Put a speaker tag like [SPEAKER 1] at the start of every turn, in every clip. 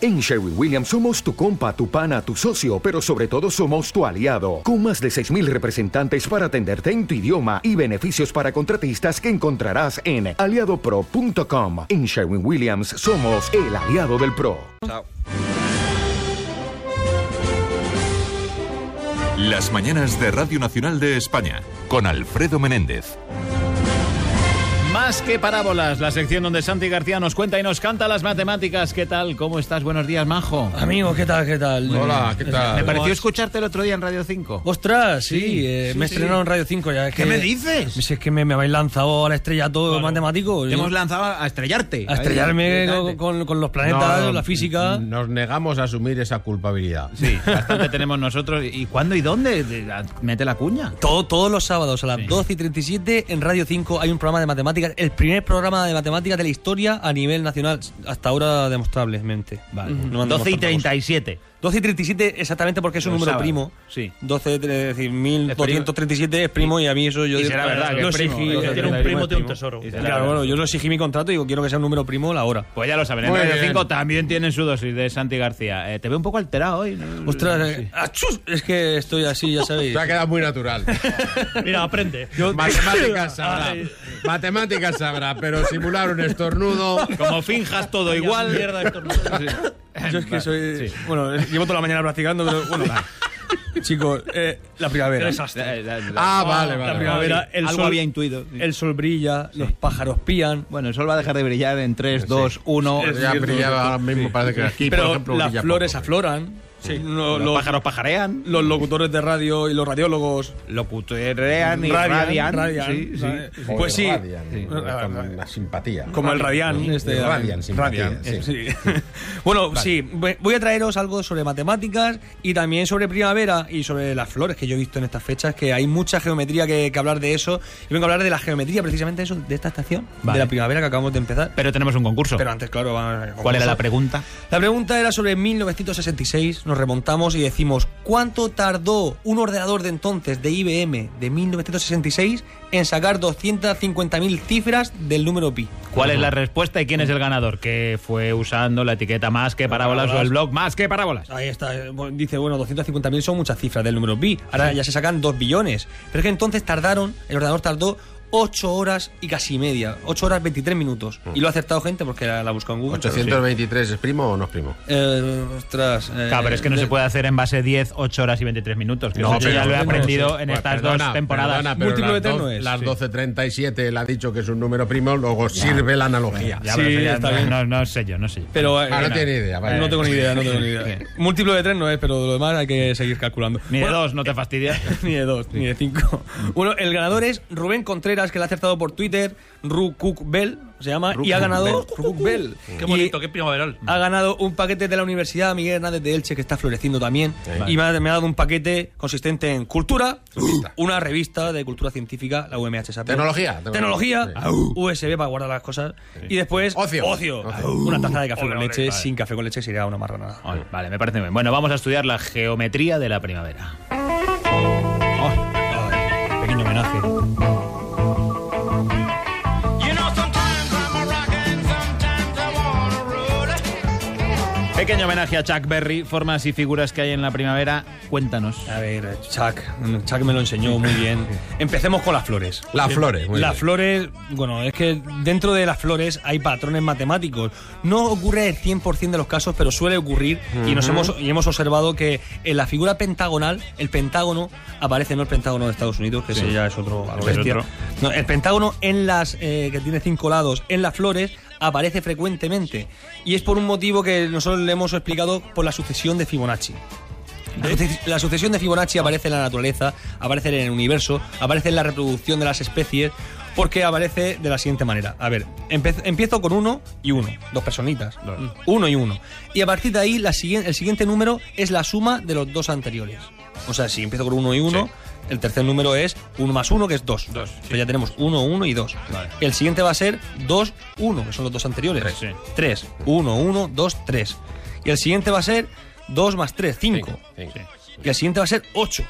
[SPEAKER 1] En Sherwin Williams somos tu compa, tu pana, tu socio, pero sobre todo somos tu aliado, con más de 6.000 representantes para atenderte en tu idioma y beneficios para contratistas que encontrarás en aliadopro.com. En Sherwin Williams somos el aliado del PRO.
[SPEAKER 2] Chao.
[SPEAKER 3] Las mañanas de Radio Nacional de España con Alfredo Menéndez.
[SPEAKER 4] Más que parábolas, la sección donde Santi García nos cuenta y nos canta las matemáticas. ¿Qué tal? ¿Cómo estás? Buenos días, Majo.
[SPEAKER 5] Amigo, ¿qué tal? ¿Qué tal?
[SPEAKER 2] Hola, ¿qué tal?
[SPEAKER 4] Me pareció escucharte el otro día en Radio 5.
[SPEAKER 5] Oh, Ostras, sí,
[SPEAKER 4] Sí,
[SPEAKER 5] eh,
[SPEAKER 4] sí,
[SPEAKER 5] me
[SPEAKER 4] sí.
[SPEAKER 5] estrenaron en Radio 5 ya. es
[SPEAKER 4] ¿Qué
[SPEAKER 5] que-
[SPEAKER 4] me dices?
[SPEAKER 5] Si es que me, me habéis lanzado a la estrella todo matemático.
[SPEAKER 4] Te
[SPEAKER 5] Pues yo-
[SPEAKER 4] hemos lanzado a estrellarte.
[SPEAKER 5] a estrellarme
[SPEAKER 4] Ahí,
[SPEAKER 5] con,
[SPEAKER 4] directamente.
[SPEAKER 5] con- con los planetas,
[SPEAKER 2] No,
[SPEAKER 5] la física.
[SPEAKER 2] Nos negamos a asumir esa culpabilidad.
[SPEAKER 4] Sí, bastante tenemos nosotros. ¿Y cuándo y dónde? De- a- Mete la cuña.
[SPEAKER 5] Todo- todos los sábados a las 12 y 37 en Radio 5 hay un programa de matemáticas, el primer programa de matemáticas de la historia a nivel nacional, hasta ahora demostrablemente. Vale.
[SPEAKER 4] 12 y 37.
[SPEAKER 5] 12 y 37 exactamente porque es un
[SPEAKER 4] Los
[SPEAKER 5] número
[SPEAKER 4] sábados,
[SPEAKER 5] primo.
[SPEAKER 4] sí.
[SPEAKER 5] 12, es decir, 1237 es primo y a mí eso yo...
[SPEAKER 4] Y será verdad que
[SPEAKER 5] lo
[SPEAKER 4] es primo,
[SPEAKER 5] exigí.
[SPEAKER 4] ¿no?
[SPEAKER 5] Yo
[SPEAKER 4] Tiene un
[SPEAKER 6] primo, tiene un tesoro.
[SPEAKER 5] Y será Claro, bueno, yo lo exigí mi contrato y digo, quiero que sea un número primo la hora.
[SPEAKER 4] Pues ya lo saben, en
[SPEAKER 2] Muy
[SPEAKER 4] Radio
[SPEAKER 2] bien.
[SPEAKER 4] 5 también tienen su dosis de Santi García. Eh, te veo un poco alterado hoy. ¿no?
[SPEAKER 5] Ostras, eh, achus, es que estoy así, ya sabéis.
[SPEAKER 2] Te ha quedado muy natural.
[SPEAKER 6] Mira, aprende.
[SPEAKER 2] Matemáticas sabrá. Matemáticas sabrá, pero simular un estornudo.
[SPEAKER 4] Como finjas todo igual.
[SPEAKER 6] mierda, Héctor.
[SPEAKER 4] Sí.
[SPEAKER 5] Yo es que
[SPEAKER 4] Vale,
[SPEAKER 5] soy...
[SPEAKER 4] sí.
[SPEAKER 5] Bueno, eh, llevo toda la mañana practicando, pero bueno... Chicos, eh, la primavera.
[SPEAKER 4] La- la- la-
[SPEAKER 2] Ah, vale, vale.
[SPEAKER 5] La
[SPEAKER 2] vale.
[SPEAKER 5] primavera, el
[SPEAKER 4] Algo
[SPEAKER 5] sol,
[SPEAKER 4] había intuido.
[SPEAKER 5] el sol brilla, los pájaros pían,
[SPEAKER 4] Bueno, el sol va a dejar de brillar en 3, 2, 1.
[SPEAKER 2] Ya brillaba ahora mismo, parece que aquí,
[SPEAKER 5] pero
[SPEAKER 2] por ejemplo,
[SPEAKER 5] las
[SPEAKER 2] brilla
[SPEAKER 5] flores
[SPEAKER 2] poco. ¿eh?
[SPEAKER 5] afloran. Sí, lo-
[SPEAKER 4] Los
[SPEAKER 5] los,
[SPEAKER 4] pájaros pajarean,
[SPEAKER 5] los locutores de radio y los radiólogos
[SPEAKER 4] locuterean y radian.
[SPEAKER 5] radian, radian,
[SPEAKER 4] sí, sí.
[SPEAKER 5] ra-
[SPEAKER 2] Joder,
[SPEAKER 5] Pues sí,
[SPEAKER 2] Radian, con una simpatía.
[SPEAKER 5] como el radian. Este,
[SPEAKER 2] Radian, simpatía, sí.
[SPEAKER 5] Eh, sí. bueno, sí, voy- voy a traeros algo sobre matemáticas y también sobre primavera y sobre las flores que yo he visto en estas fechas, que hay mucha geometría que, que hablar de eso. Y vengo a hablar de la geometría, precisamente eso, de esta estación,
[SPEAKER 4] Vale.
[SPEAKER 5] de la primavera que acabamos de empezar.
[SPEAKER 4] Pero tenemos un concurso.
[SPEAKER 5] Pero antes, claro, vamos a-
[SPEAKER 4] ¿Cuál era la pregunta?
[SPEAKER 5] La pregunta era sobre 1966, nos remontamos y decimos, ¿cuánto tardó un ordenador de entonces de IBM de 1966 en sacar 250.000 cifras del número pi?
[SPEAKER 4] ¿Cuál es la respuesta y quién es el ganador? Que fue usando la etiqueta más que parábolas o el blog más que parábolas.
[SPEAKER 5] Ahí está, eh, bueno, dice, bueno, 250.000 son muchas cifras del número pi, ahora ya se sacan 2 billones, pero es que entonces tardaron, el ordenador tardó 8 horas y casi media, 8 horas 23 minutos. Y lo ha acertado gente porque la, la buscó en Google. pero sí.
[SPEAKER 2] 823, ¿es primo o no es primo?
[SPEAKER 5] Eh, ostras. eh,
[SPEAKER 4] Claro, pero es que no
[SPEAKER 5] de-
[SPEAKER 4] se puede hacer en base 10, 8 horas y 23 minutos. que
[SPEAKER 2] No,
[SPEAKER 4] eso yo
[SPEAKER 2] pero-
[SPEAKER 4] ya lo he
[SPEAKER 2] bueno,
[SPEAKER 4] aprendido
[SPEAKER 5] sí.
[SPEAKER 4] en
[SPEAKER 2] Bueno,
[SPEAKER 4] estas
[SPEAKER 2] perdona,
[SPEAKER 4] dos temporadas.
[SPEAKER 2] perdona, pero
[SPEAKER 5] Múltiplo
[SPEAKER 2] las
[SPEAKER 5] de tres
[SPEAKER 2] dos-
[SPEAKER 5] no es,
[SPEAKER 2] Las
[SPEAKER 5] sí.
[SPEAKER 2] 12.37 él ha dicho que es un número primo, luego sirve la analogía.
[SPEAKER 4] Ya,
[SPEAKER 5] Sí,
[SPEAKER 4] pero eso ya
[SPEAKER 5] está
[SPEAKER 4] no,
[SPEAKER 5] bien.
[SPEAKER 4] no- no sé yo, no sé yo.
[SPEAKER 5] Pero, eh,
[SPEAKER 2] Ah, no
[SPEAKER 5] eh,
[SPEAKER 2] tiene idea, vale.
[SPEAKER 5] No tengo ni idea, no tengo ni idea.
[SPEAKER 4] Sí.
[SPEAKER 5] Múltiplo de tres no es, pero de lo demás hay que seguir calculando.
[SPEAKER 4] Ni de
[SPEAKER 5] Bueno,
[SPEAKER 4] dos, no te fastidias.
[SPEAKER 5] ni de dos, ni de cinco. Bueno, el ganador es Rubén Contreras, que lo ha acertado por Twitter, Rucukbel, se llama, y ha ganado Rucukbel.
[SPEAKER 6] Qué
[SPEAKER 5] Y
[SPEAKER 6] bonito, qué primaveral.
[SPEAKER 2] Mm.
[SPEAKER 4] Ah,
[SPEAKER 5] Ha ganado un paquete de la Universidad Miguel Hernández de Elche, que está floreciendo también. Y me ha, me ha dado un paquete consistente en cultura, una revista de cultura científica, la UMH Sapiens.
[SPEAKER 2] Tecnología,
[SPEAKER 5] Tecnología,
[SPEAKER 2] tecnología.
[SPEAKER 5] USB para guardar las cosas. Y después,
[SPEAKER 2] Ocio. Ocio.
[SPEAKER 5] Una taza de café
[SPEAKER 6] Ole,
[SPEAKER 5] con
[SPEAKER 6] ole,
[SPEAKER 5] leche.
[SPEAKER 6] vale.
[SPEAKER 5] Sin café con leche sería una marranada.
[SPEAKER 4] Vale, Vale, me parece muy bien. Bueno, vamos a estudiar la geometría de la primavera. Oh,
[SPEAKER 5] Pequeño homenaje.
[SPEAKER 4] Pequeño homenaje a Chuck Berry, formas y figuras que hay en la primavera. Cuéntanos.
[SPEAKER 5] A ver, Chuck, Chuck me lo enseñó muy bien. Empecemos con las flores. Em,
[SPEAKER 2] Las flores, muy
[SPEAKER 5] Las
[SPEAKER 2] bien.
[SPEAKER 5] flores, bueno, es que dentro de las flores hay patrones matemáticos. No ocurre el 100% de los casos, pero suele ocurrir y nos hemos y hemos observado que en la figura pentagonal, el pentágono aparece no el pentágono de Estados Unidos, que ese ya es otro a lo
[SPEAKER 4] Es
[SPEAKER 5] bestia.
[SPEAKER 4] otro.
[SPEAKER 5] No, el pentágono en las eh, que tiene cinco lados, en las flores aparece frecuentemente y es por un motivo que nosotros le hemos explicado por la sucesión de Fibonacci. La suce- La sucesión de Fibonacci aparece en la naturaleza, aparece en el universo, aparece en la reproducción de las especies, porque aparece de la siguiente manera. A ver, empe- empiezo con uno y uno, dos personitas, Mm, uno y uno. Y a partir de ahí, la siguien- el siguiente número es la suma de los dos anteriores. O sea, si empiezo con uno y uno, el tercer número es uno más uno, que es dos.
[SPEAKER 6] Dos,
[SPEAKER 5] Entonces ya tenemos uno, uno y dos. El siguiente va a ser dos, uno, que son los dos anteriores.
[SPEAKER 4] Tres, sí.
[SPEAKER 5] 3, 1, 1, 2, 3. Y el siguiente va a ser 2 más 3, 5.
[SPEAKER 2] Cinco, cinco.
[SPEAKER 5] Y el siguiente va a ser 8.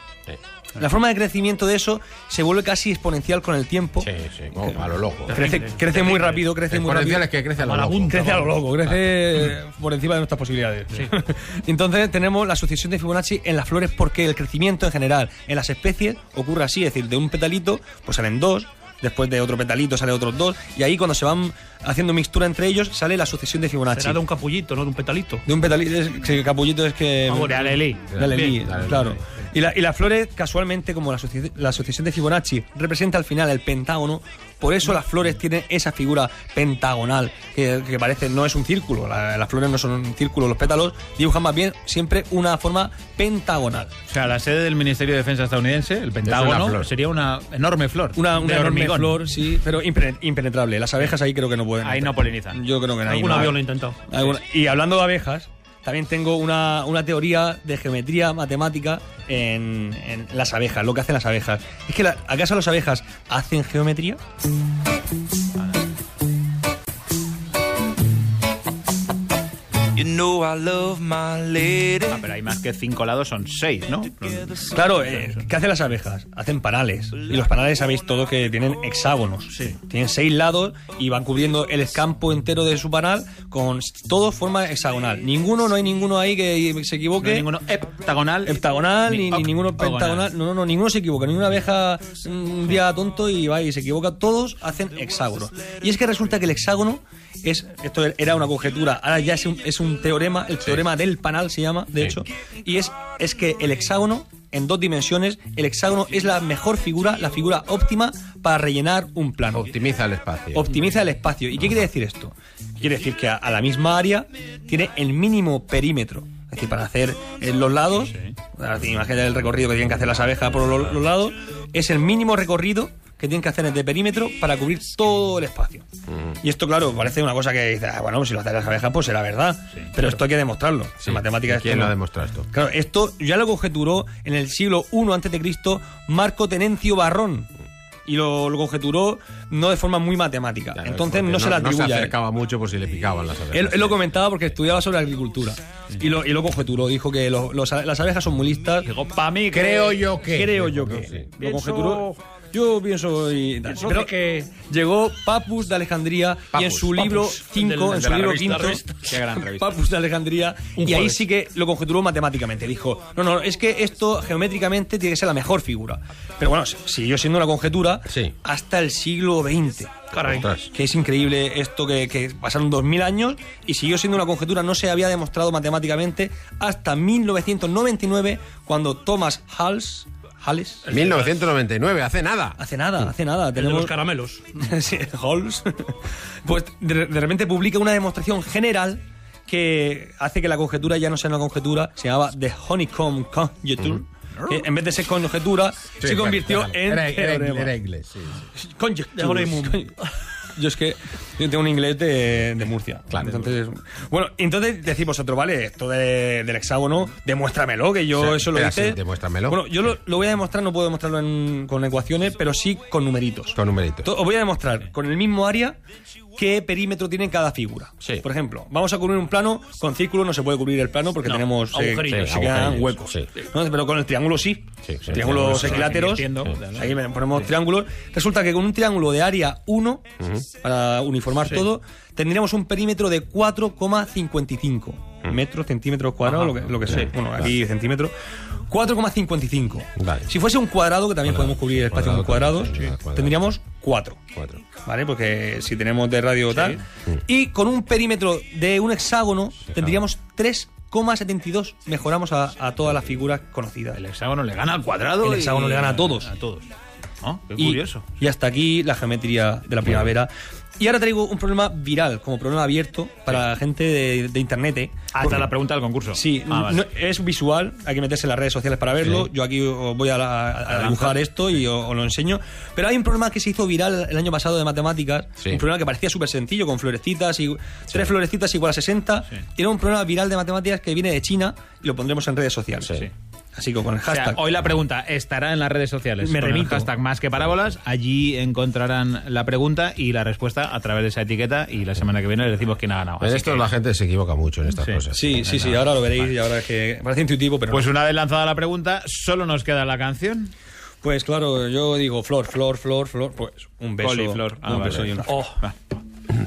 [SPEAKER 5] La forma de crecimiento de eso se vuelve casi exponencial con el tiempo.
[SPEAKER 2] Sí, sí, como a lo loco.
[SPEAKER 5] Crece,
[SPEAKER 6] Terrible,
[SPEAKER 5] crece muy
[SPEAKER 6] terrible.
[SPEAKER 5] rápido, crece muy rápido.
[SPEAKER 2] Exponencial es que crece a lo
[SPEAKER 6] A la
[SPEAKER 2] loco.
[SPEAKER 6] punta.
[SPEAKER 5] Crece a lo loco, crece
[SPEAKER 6] Ah,
[SPEAKER 5] por encima de nuestras posibilidades. Entonces tenemos la sucesión de Fibonacci en las flores porque el crecimiento en general en las especies ocurre así, es decir, de un petalito pues salen dos, después de otro petalito salen otros dos y ahí cuando se van haciendo mixtura entre ellos sale la sucesión de Fibonacci.
[SPEAKER 6] Será de un capullito, ¿no? De un petalito.
[SPEAKER 5] De un petalito, es, sí, capullito es que...
[SPEAKER 6] Vamos, de alelí.
[SPEAKER 5] De alelí,
[SPEAKER 6] Bien,
[SPEAKER 2] de alelí.
[SPEAKER 5] claro. Y, la- y las flores, casualmente, como la, asoci- la asociación de Fibonacci representa al final el pentágono, por eso las flores tienen esa figura pentagonal, que, que parece, no es un círculo, la- las flores no son un círculo, los pétalos dibujan más bien siempre una forma pentagonal.
[SPEAKER 4] O sea, la sede del Ministerio de Defensa estadounidense, el Pentágono,
[SPEAKER 2] flor.
[SPEAKER 4] sería una enorme flor.
[SPEAKER 5] Una,
[SPEAKER 4] de
[SPEAKER 5] una enorme
[SPEAKER 4] hormigón.
[SPEAKER 5] flor, sí, pero impene- impenetrable. Las abejas ahí creo que no pueden.
[SPEAKER 4] Ahí
[SPEAKER 5] entrar.
[SPEAKER 4] no polinizan.
[SPEAKER 5] Yo creo que no. ahí
[SPEAKER 6] Algún
[SPEAKER 5] no.
[SPEAKER 6] avión lo he intentado.
[SPEAKER 5] Alguna- Y hablando de abejas, también tengo una, una teoría de geometría matemática en, en las abejas, lo que hacen las abejas. Es que, la- ¿acaso las abejas hacen geometría?
[SPEAKER 7] You know I love my lady.
[SPEAKER 4] Ah, pero hay más que cinco lados, son seis, ¿no?
[SPEAKER 5] Claro, eh, ¿qué hacen las abejas? Hacen panales. Y los panales sabéis todos que tienen hexágonos. Tienen seis lados y van cubriendo el campo entero de su panal con todo forma hexagonal. Ninguno, no hay ninguno ahí que se
[SPEAKER 4] No
[SPEAKER 5] equivoque.
[SPEAKER 4] hay ninguno heptagonal.
[SPEAKER 5] heptagonal ni,
[SPEAKER 4] Ah,
[SPEAKER 5] ni ninguno
[SPEAKER 4] octagonal.
[SPEAKER 5] pentagonal. No, no, no, ninguno se equivoca. Ninguna abeja mm, un día tonto y va y se equivoca. Todos hacen hexágono. Y es que resulta que el hexágono es. Esto era una conjetura, ahora ya es un, es un teorema. El teorema del panal se llama, de hecho. Y es, es que el hexágono. En dos dimensiones, el hexágono es la mejor figura, la figura óptima para rellenar un plano.
[SPEAKER 2] Optimiza el espacio.
[SPEAKER 5] Optimiza el espacio. ¿Y qué quiere decir esto? Quiere decir que a, a la misma área tiene el mínimo perímetro. Es decir, para hacer eh, los lados, ahora te imaginas el recorrido que tienen que hacer las abejas por lo- los, lados, es el mínimo recorrido que tienen que hacer de perímetro para cubrir todo el espacio. Y esto, claro, parece una cosa que dices, "Ah, bueno, si lo hacen las abejas, pues será verdad. Pero esto hay que demostrarlo.
[SPEAKER 2] Sí.
[SPEAKER 5] En matemáticas esto
[SPEAKER 2] ¿Quién lo
[SPEAKER 5] no-
[SPEAKER 2] ha demostrado esto?
[SPEAKER 5] Claro, esto ya lo conjeturó en el siglo I antes de Cristo Marco Tenencio Barrón. Y lo, lo conjeturó no de forma muy matemática.
[SPEAKER 2] Claro,
[SPEAKER 5] Entonces
[SPEAKER 2] porque
[SPEAKER 5] no, se la
[SPEAKER 2] No
[SPEAKER 5] atribuye.
[SPEAKER 2] se
[SPEAKER 5] a él.
[SPEAKER 2] acercaba mucho por si le picaban las abejas.
[SPEAKER 5] Él, él lo comentaba porque estudiaba sobre agricultura. Y lo, y lo conjeturó. Dijo que los- los a- las abejas son muy listas.
[SPEAKER 4] Digo, pa' mí que-
[SPEAKER 2] Creo yo que.
[SPEAKER 5] Creo yo que.
[SPEAKER 2] Sí.
[SPEAKER 5] Lo conjeturó. Yo pienso. y tal.
[SPEAKER 6] Pienso
[SPEAKER 5] Pero
[SPEAKER 6] que-
[SPEAKER 5] Llegó Papus de Alejandría y en
[SPEAKER 2] Papus,
[SPEAKER 5] su libro
[SPEAKER 2] Papus,
[SPEAKER 5] 5,
[SPEAKER 4] del-
[SPEAKER 5] en
[SPEAKER 4] de
[SPEAKER 5] su
[SPEAKER 4] la
[SPEAKER 5] libro
[SPEAKER 4] revista,
[SPEAKER 5] 5,
[SPEAKER 4] la revista. Qué gran revista.
[SPEAKER 5] Papus de Alejandría, y ahí sí que lo conjeturó matemáticamente. Dijo: No, no, es que esto geométricamente tiene que ser la mejor figura. Pero bueno, si- siguió siendo una conjetura
[SPEAKER 2] Sí.
[SPEAKER 5] hasta el siglo XX.
[SPEAKER 6] Caray.
[SPEAKER 2] Ostras.
[SPEAKER 5] Que es increíble esto que, que pasaron 2000 años y siguió siendo una conjetura, no se había demostrado matemáticamente hasta 1999 cuando Thomas Hals, Hales,
[SPEAKER 2] 1999, hace nada.
[SPEAKER 5] hace nada, hace nada,
[SPEAKER 6] El de
[SPEAKER 5] tenemos
[SPEAKER 6] los caramelos.
[SPEAKER 5] Sí, Hals, pues de, de repente publica una demostración general que hace que la conjetura ya no sea una conjetura, se llamaba The Honeycomb Conjecture. que en vez de ser conjetura, se convirtió en
[SPEAKER 2] Era, era-
[SPEAKER 5] teorema.
[SPEAKER 2] era inglés, sí, sí.
[SPEAKER 5] Conjectures.
[SPEAKER 6] Honeymoon.
[SPEAKER 5] Yo es que yo tengo un inglés de, de Murcia.
[SPEAKER 2] Claro.
[SPEAKER 5] Entonces, bueno, entonces decís vosotros, vale, esto de- del hexágono, demuéstramelo, que yo
[SPEAKER 2] O sea,
[SPEAKER 5] eso lo
[SPEAKER 2] espera,
[SPEAKER 5] hice.
[SPEAKER 2] sí, demuéstramelo.
[SPEAKER 5] Bueno, yo lo, lo voy a demostrar, no puedo demostrarlo en- con ecuaciones, pero sí con numeritos.
[SPEAKER 2] Con numeritos.
[SPEAKER 5] To- Os voy a demostrar con el mismo área qué perímetro tiene cada figura.
[SPEAKER 2] Sí.
[SPEAKER 5] Por ejemplo, vamos a cubrir un plano, con círculo no se puede cubrir el plano porque
[SPEAKER 6] No,
[SPEAKER 5] tenemos se-
[SPEAKER 6] agujerillos.
[SPEAKER 5] se quedan
[SPEAKER 2] Agujerillos,
[SPEAKER 5] huecos.
[SPEAKER 2] sí.
[SPEAKER 5] No, pero con el triángulo sí.
[SPEAKER 2] Sí, sí.
[SPEAKER 5] Triángulos
[SPEAKER 2] Sí.
[SPEAKER 5] equiláteros.
[SPEAKER 4] Invirtiendo.
[SPEAKER 5] Sí. Ahí me ponemos triángulos. Resulta que con un triángulo de área 1, para uniformar todo, tendríamos un perímetro de 4,55
[SPEAKER 2] Mm.
[SPEAKER 5] metros, centímetros cuadrados, lo que, lo que sea. Bueno, aquí centímetros. 4,55.
[SPEAKER 2] Vale.
[SPEAKER 5] Si fuese un cuadrado, que también
[SPEAKER 2] Cuadrado.
[SPEAKER 5] podemos cubrir el espacio con
[SPEAKER 2] Cuadrado
[SPEAKER 5] cuadrados,
[SPEAKER 2] también, sí. Cuadrado.
[SPEAKER 5] tendríamos 4.
[SPEAKER 2] Cuatro.
[SPEAKER 5] ¿Vale? Porque si tenemos de radio tal. Y con un perímetro de un hexágono, tendríamos 3,72. Mejoramos a, a todas las figuras conocidas.
[SPEAKER 4] El hexágono le gana al cuadrado.
[SPEAKER 5] El
[SPEAKER 4] y-
[SPEAKER 5] hexágono le gana a todos.
[SPEAKER 4] A todos. ¿No? Qué
[SPEAKER 5] Y-
[SPEAKER 4] curioso.
[SPEAKER 5] Y hasta aquí la geometría de la primavera. Y ahora traigo un problema viral, como problema abierto para la gente de, de internet. ¿eh?
[SPEAKER 4] Hasta Ah, la pregunta del concurso.
[SPEAKER 5] Sí,
[SPEAKER 4] Ah, vale.
[SPEAKER 5] no- es visual, hay que meterse en las redes sociales para verlo. Yo aquí os voy a, la- a dibujar esto y os, os lo enseño. Pero hay un problema que se hizo viral el año pasado de matemáticas.
[SPEAKER 2] Sí.
[SPEAKER 5] Un problema que parecía súper sencillo, con florecitas y tres florecitas igual a 60. Era un problema viral de matemáticas que viene de China y lo pondremos en redes sociales.
[SPEAKER 2] Sí.
[SPEAKER 5] Así que con el
[SPEAKER 4] O sea,
[SPEAKER 5] hashtag.
[SPEAKER 4] hoy la pregunta estará en las redes sociales.
[SPEAKER 5] Me
[SPEAKER 4] Con el
[SPEAKER 5] remito.
[SPEAKER 4] hashtag más que parábolas. Allí encontrarán la pregunta y la respuesta a través de esa etiqueta. Y la semana que viene les decimos quién ha ganado.
[SPEAKER 2] En
[SPEAKER 4] Así
[SPEAKER 2] esto
[SPEAKER 4] que-
[SPEAKER 2] la gente se equivoca mucho en estas
[SPEAKER 4] Sí.
[SPEAKER 2] cosas.
[SPEAKER 5] sí, sí, sí, ahora lo veréis y ahora es que parece intuitivo, pero
[SPEAKER 4] Pues
[SPEAKER 5] no.
[SPEAKER 4] una vez lanzada la pregunta, solo nos queda la canción.
[SPEAKER 5] pues claro, yo digo flor, flor, flor, flor, pues un beso,
[SPEAKER 4] Coliflor. Ah,
[SPEAKER 5] un
[SPEAKER 4] vale.
[SPEAKER 5] beso y una
[SPEAKER 4] Oh. Va.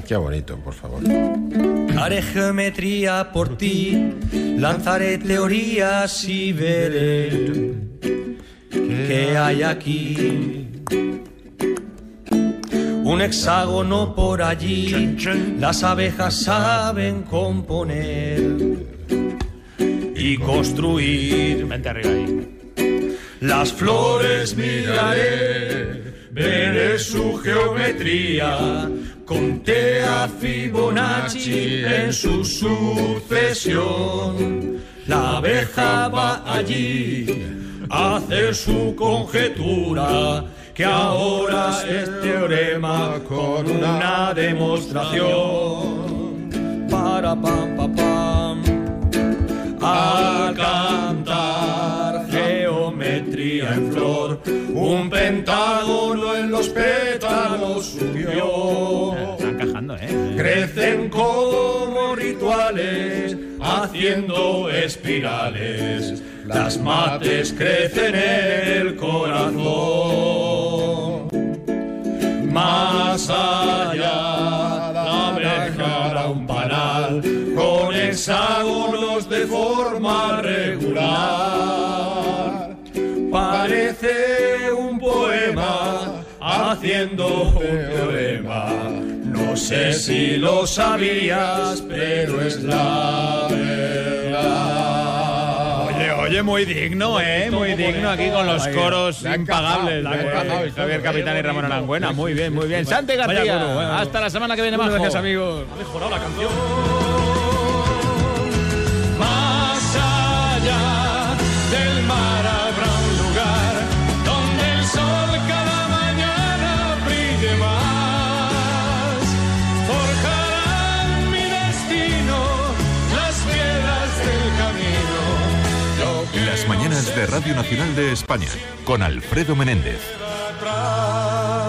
[SPEAKER 2] Qué bonito, por favor.
[SPEAKER 5] Haré geometría por ti, lanzaré teorías y veré qué hay aquí. Un hexágono por allí, las abejas saben componer y construir.
[SPEAKER 6] Vente arriba ahí.
[SPEAKER 5] Las flores miraré, veré su geometría, conté a Fibonacci en su sucesión. La abeja va allí, hace su conjetura, que ahora es teorema con una demostración. Para pam pam pam al cantar geometría en flor, un pentágono en los pétalos subió.
[SPEAKER 4] Está encajando, ¿eh?
[SPEAKER 5] Crecen como rituales, haciendo espirales. Las mates crecen en el corazón. Más allá, la abeja hará un panal con hexágonos de forma regular. Parece un poema haciendo un teorema. No sé si lo sabías, pero es la verdad.
[SPEAKER 4] Oye, oye, muy digno, ¿eh? Muy digno aquí con los coros
[SPEAKER 2] la ha encajado,
[SPEAKER 4] impagables
[SPEAKER 2] la ha encajado y
[SPEAKER 4] de
[SPEAKER 2] todo,
[SPEAKER 4] Javier Capitán y Ramón Aranguena. Muy bien, muy bien. Santi
[SPEAKER 5] Vaya eh.
[SPEAKER 4] García,
[SPEAKER 5] coro, vaya coro.
[SPEAKER 4] hasta la semana que viene, majo.
[SPEAKER 5] Muchas gracias, amigos.
[SPEAKER 6] Mejorado la canción.
[SPEAKER 5] Más allá del mar habrá un lugar donde el sol cada mañana brille más. Forjarán mi destino las piedras del camino.
[SPEAKER 3] Las mañanas de Radio Nacional de España con Alfredo Menéndez.
[SPEAKER 5] atrás.